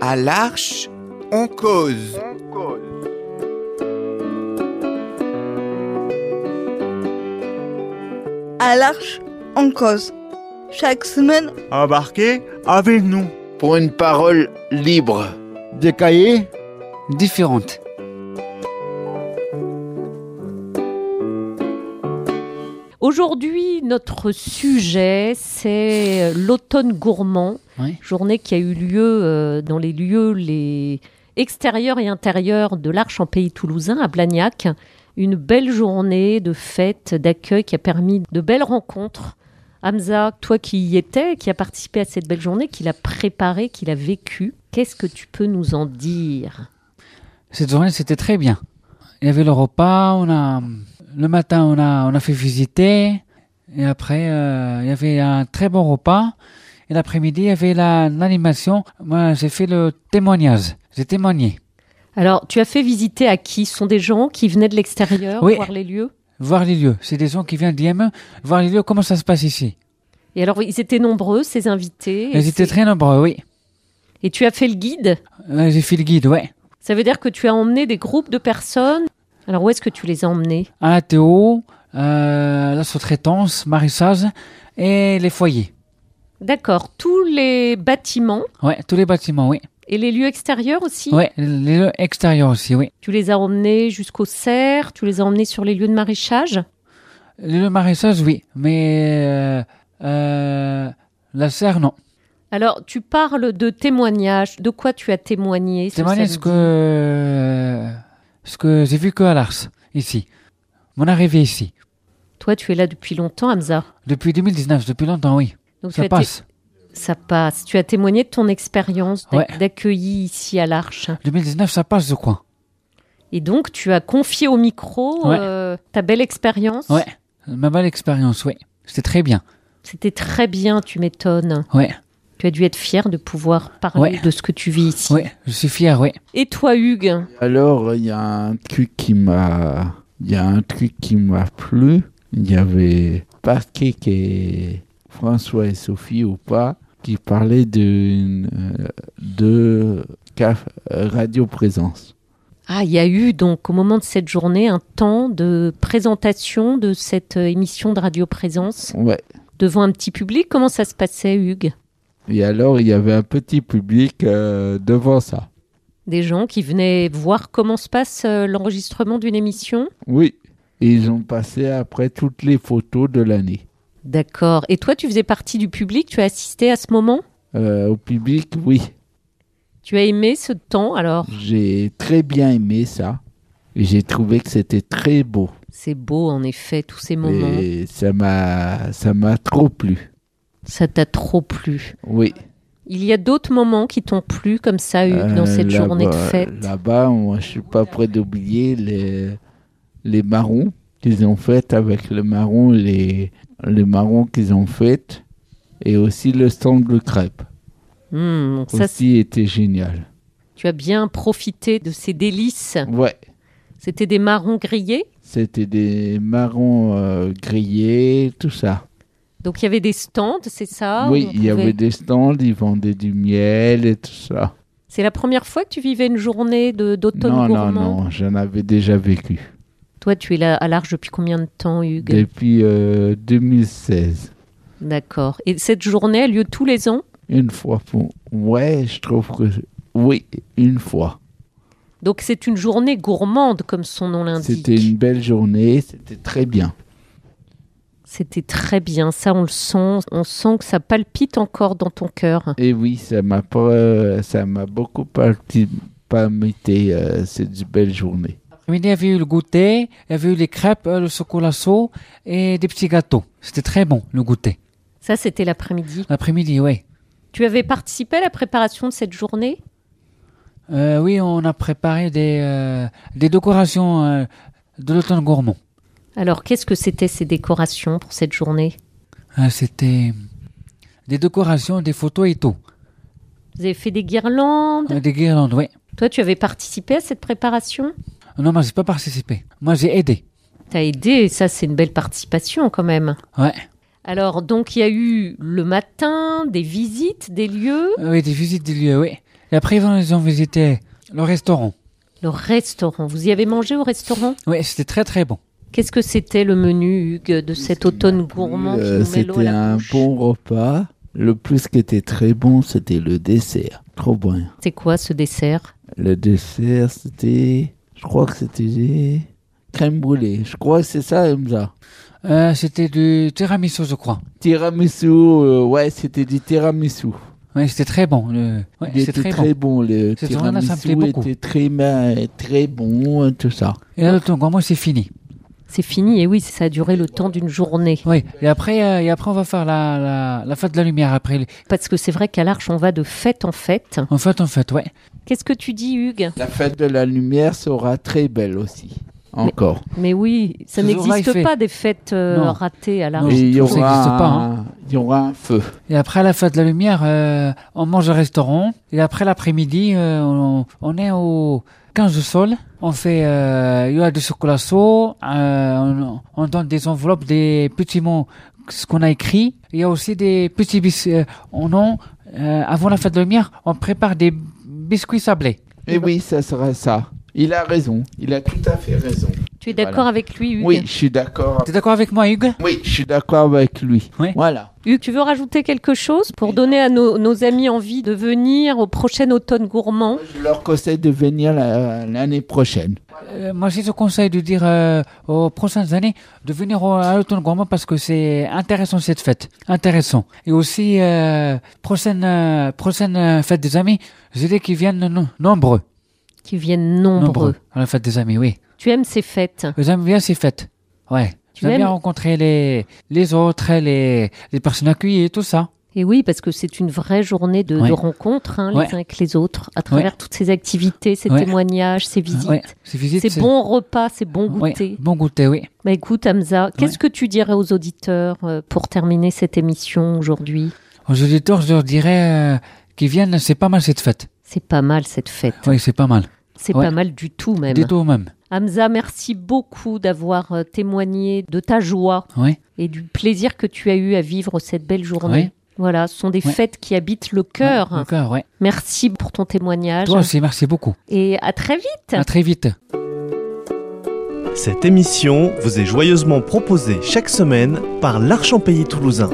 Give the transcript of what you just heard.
À l'arche, on cause. à l'Arche en cause. Chaque semaine, Embarquez avec nous. pour une parole libre. Des cahiers différentes. Aujourd'hui, notre sujet, c'est euh, l'automne gourmand, Ouais. journée qui a eu lieu euh, dans les lieux les extérieurs et intérieurs de l'Arche en pays toulousain, à Blagnac. Une belle journée de fête, d'accueil qui a permis de belles rencontres. Hamza, toi qui y étais, qui a participé à cette belle journée, qui l'a préparée, qui l'a vécue, qu'est-ce que tu peux nous en dire Cette journée, c'était très bien. Il y avait le repas, on a, le matin, on a, on a fait visiter. Et après, euh, il y avait un très bon repas. Et l'après-midi, il y avait la- l'animation. Moi, j'ai fait le témoignage. J'ai témoigné. Alors, tu as fait visiter à qui Ce sont des gens qui venaient de l'extérieur Oui. voir les lieux Voir les lieux. C'est des gens qui viennent d'IME. Voir les lieux, comment ça se passe ici. Et alors, ils étaient nombreux, ces invités. Ils étaient c'est- très nombreux, oui. Et tu as fait le guide. Euh, J'ai fait le guide, ouais. Ça veut dire que tu as emmené des groupes de personnes. Alors, où est-ce que tu les as emmenés À la Théo, euh, la sous-traitance, maraîchage et les foyers. D'accord. Tous les bâtiments Ouais, tous les bâtiments, oui. et les lieux extérieurs aussi. Ouais, les lieux extérieurs aussi, oui. Tu les as emmenés jusqu'au cerf, tu les as emmenés sur les lieux de maraîchage. Le maraîchage, oui, mais euh, euh, la serre, non. Alors, tu parles de témoignages. De quoi tu as témoigné ce C'est marrant ce samedi que, euh, ce que j'ai vu que à Lars, ici. Mon arrivée ici. Toi, tu es là depuis longtemps, Hamza. Depuis 2019, depuis longtemps, oui. Donc, tu Ça as passe. té- Ça passe. Tu as témoigné de ton expérience d'ac- Ouais. d'accueilli ici à l'Arche. 2019, ça passe, je crois. Et donc, tu as confié au micro Ouais. euh, ta belle expérience. Ouais. Ma belle expérience, oui. C'était très bien. C'était très bien, tu m'étonnes. Ouais. Tu as dû être fier de pouvoir parler Ouais. de ce que tu vis ici. Oui, je suis fier, oui. Et toi, Hugues Alors, il y a un truc qui m'a. Il y a un truc qui m'a plu. Il y avait Patrick et François et Sophie ou pas qui parlaient d'une euh, de caf- euh, radio présence. Ah, il y a eu donc au moment de cette journée un temps de présentation de cette euh, émission de Radio Présence Ouais. devant un petit public. Comment ça se passait, Hugues Et alors, il y avait un petit public euh, devant ça. Des gens qui venaient voir comment se passe euh, l'enregistrement d'une émission Oui. Et ils ont passé après toutes les photos de l'année. D'accord. Et toi, tu faisais partie du public, tu as assisté à ce moment Euh, au public, oui. Tu as aimé ce temps alors J'ai très bien aimé ça. Et J'ai trouvé que c'était très beau. C'est beau en effet, tous ces moments. Et ça m'a, ça m'a trop plu. Ça t'a trop plu. Oui. Il y a d'autres moments qui t'ont plu comme ça, Hugues, Euh, dans cette là-bas- journée de fête. Là-bas, moi, je suis pas prêt d'oublier les, les marrons qu'ils ont fait avec le marron, les, les marrons qu'ils ont fait. Et aussi le stand de crêpes. Hmm, donc ça, c'est- aussi était génial. tu as bien profité de ces délices. Ouais. C'était des marrons grillés, C'était des marrons euh, grillés, tout ça. donc il y avait des stands, c'est ça oui, On il y pouvait- avait des stands, ils vendaient du miel et tout ça. C'est la première fois que tu vivais une journée de- d'automne Non, non, gourmand. non, j'en avais déjà vécu. Toi, tu es là à l'arche depuis combien de temps, Hugues Depuis euh, 2016. D'accord. Et cette journée a lieu tous les ans Une fois pour. Ouais, je trouve que. Oui, une fois. donc c'est une journée gourmande comme son nom l'indique. C'était une belle journée, c'était très bien. C'était très bien, ça on le sent, on sent que ça palpite encore dans ton cœur. Et oui, ça m'a pas, euh, ça m'a beaucoup parti- permité euh, cette belle journée. L'après-midi, il y avait eu le goûter, il y avait eu les crêpes, euh, le chocolat chaud et des petits gâteaux. C'était très bon, le goûter. Ça c'était l'après-midi. L'après-midi, oui. Tu avais participé à la préparation de cette journée Euh, oui, on a préparé des, euh, des décorations euh, de l'automne gourmand. Alors qu'est-ce que c'était ces décorations pour cette journée Ah, C'était des décorations, des photos et tout. Vous avez fait des guirlandes Euh, Des guirlandes, oui. Toi tu avais participé à cette préparation Non, moi, j'ai pas participé. Moi, j'ai aidé. T'as aidé, ça c'est une belle participation quand même. Ouais. Alors donc il y a eu le matin des visites des lieux Euh, Oui, des visites des lieux, oui. Et après, ils ont- ils ont visité le restaurant. Le restaurant. Vous y avez mangé au restaurant Oui, c'était très très bon. Qu'est-ce que c'était le menu, Hugues, de cet automne gourmand qui Euh, nous met l'eau à C'était la un bouche bon repas. Le plus qui était très bon, c'était le dessert. Trop bon. C'est quoi ce dessert Le dessert, c'était. Je crois que c'était des crème brûlée. Je crois que c'est ça, Hamza. Euh, c'était du tiramisu, je crois. Tiramisu, euh, ouais, c'était du tiramisu. Oui, c'était très bon. le- ouais, Il c'était était très, très bon. bon. Le Cette journée-là, ça me tiramisu plaît beaucoup. était très, ma- très bon, euh, tout ça. Et là, le temps gourmand, c'est fini. C'est fini, et oui, ça a duré le temps d'une journée. Oui. Et après, euh, et après, on va faire la, la, la fête de la lumière. Après, Parce que c'est vrai qu'à l'Arche, on va de fête en fête. en fait, en fait, ouais. Qu'est-ce que tu dis, Hugues La fête de la lumière sera très belle aussi. Encore. Mais oui, ça Ce jour-là, il n'existe fait- pas des fêtes euh, Non. ratées à Non, l'Arche. Et il y, toujours- ça aura n'existe pas, hein. un, il y aura un feu. Et après la fête de la lumière, euh, on mange au restaurant. Et après l'après-midi, euh, on, on est au 15 au sol. On fait, euh, il y a du chocolat chaud. euh, on, on donne des enveloppes, des petits mots, ce qu'on a écrit. Il y a aussi des petits biscuits. on en, euh, avant la fête de la lumière, on prépare des biscuits sablés. Et oui, ça sera ça. Il a raison. Il a tout à fait raison. Tu es Voilà. d'accord avec lui, Hugues Oui, je suis d'accord. T'es d'accord avec moi, Hugues Oui, je suis d'accord avec lui. Ouais. Voilà. Hugues, tu veux rajouter quelque chose pour donner à nos, nos amis envie de venir au prochain automne gourmand Je leur conseille de venir la- l'année prochaine. Euh, Moi, je te conseille de dire euh, aux prochaines années de venir au, à l'automne gourmand parce que c'est intéressant cette fête. Intéressant. Et aussi, euh, prochaine, euh, prochaine euh, fête des amis, je dis qu'ils viennent no- nombreux. Qui viennent nombreux. À la fête des amis, oui. Tu aimes ces fêtes J'aime bien ces fêtes. Ouais. Tu J'aime bien aimes- rencontrer les, les autres, les, les personnes accueillies et tout ça. Et oui, parce que c'est une vraie journée de, Ouais. de rencontres hein, les Ouais. uns avec les autres, à travers toutes ces activités, ces Ouais. témoignages, ces visites, Ouais. C'est visite. ces bons repas, ces bons Ouais, goûters. Bon goûter, oui. Bah écoute, Hamza, qu'est-ce que tu dirais aux auditeurs euh, pour terminer cette émission aujourd'hui Aux auditeurs, je leur dirais euh, qu'ils viennent, c'est pas mal cette fête. C'est pas mal cette fête. Oui, c'est pas mal. C'est Ouais. pas mal du tout même. Du tout même. Hamza, merci beaucoup d'avoir euh, témoigné de ta joie Oui. et du plaisir que tu as eu à vivre cette belle journée. Oui. Voilà, ce sont des Ouais. fêtes qui habitent le cœur. Ouais, le cœur, ouais. Merci pour ton témoignage Toi aussi, merci beaucoup. et à très vite. À très vite. Cette émission vous est joyeusement proposée chaque semaine par l'Archempéie toulousain.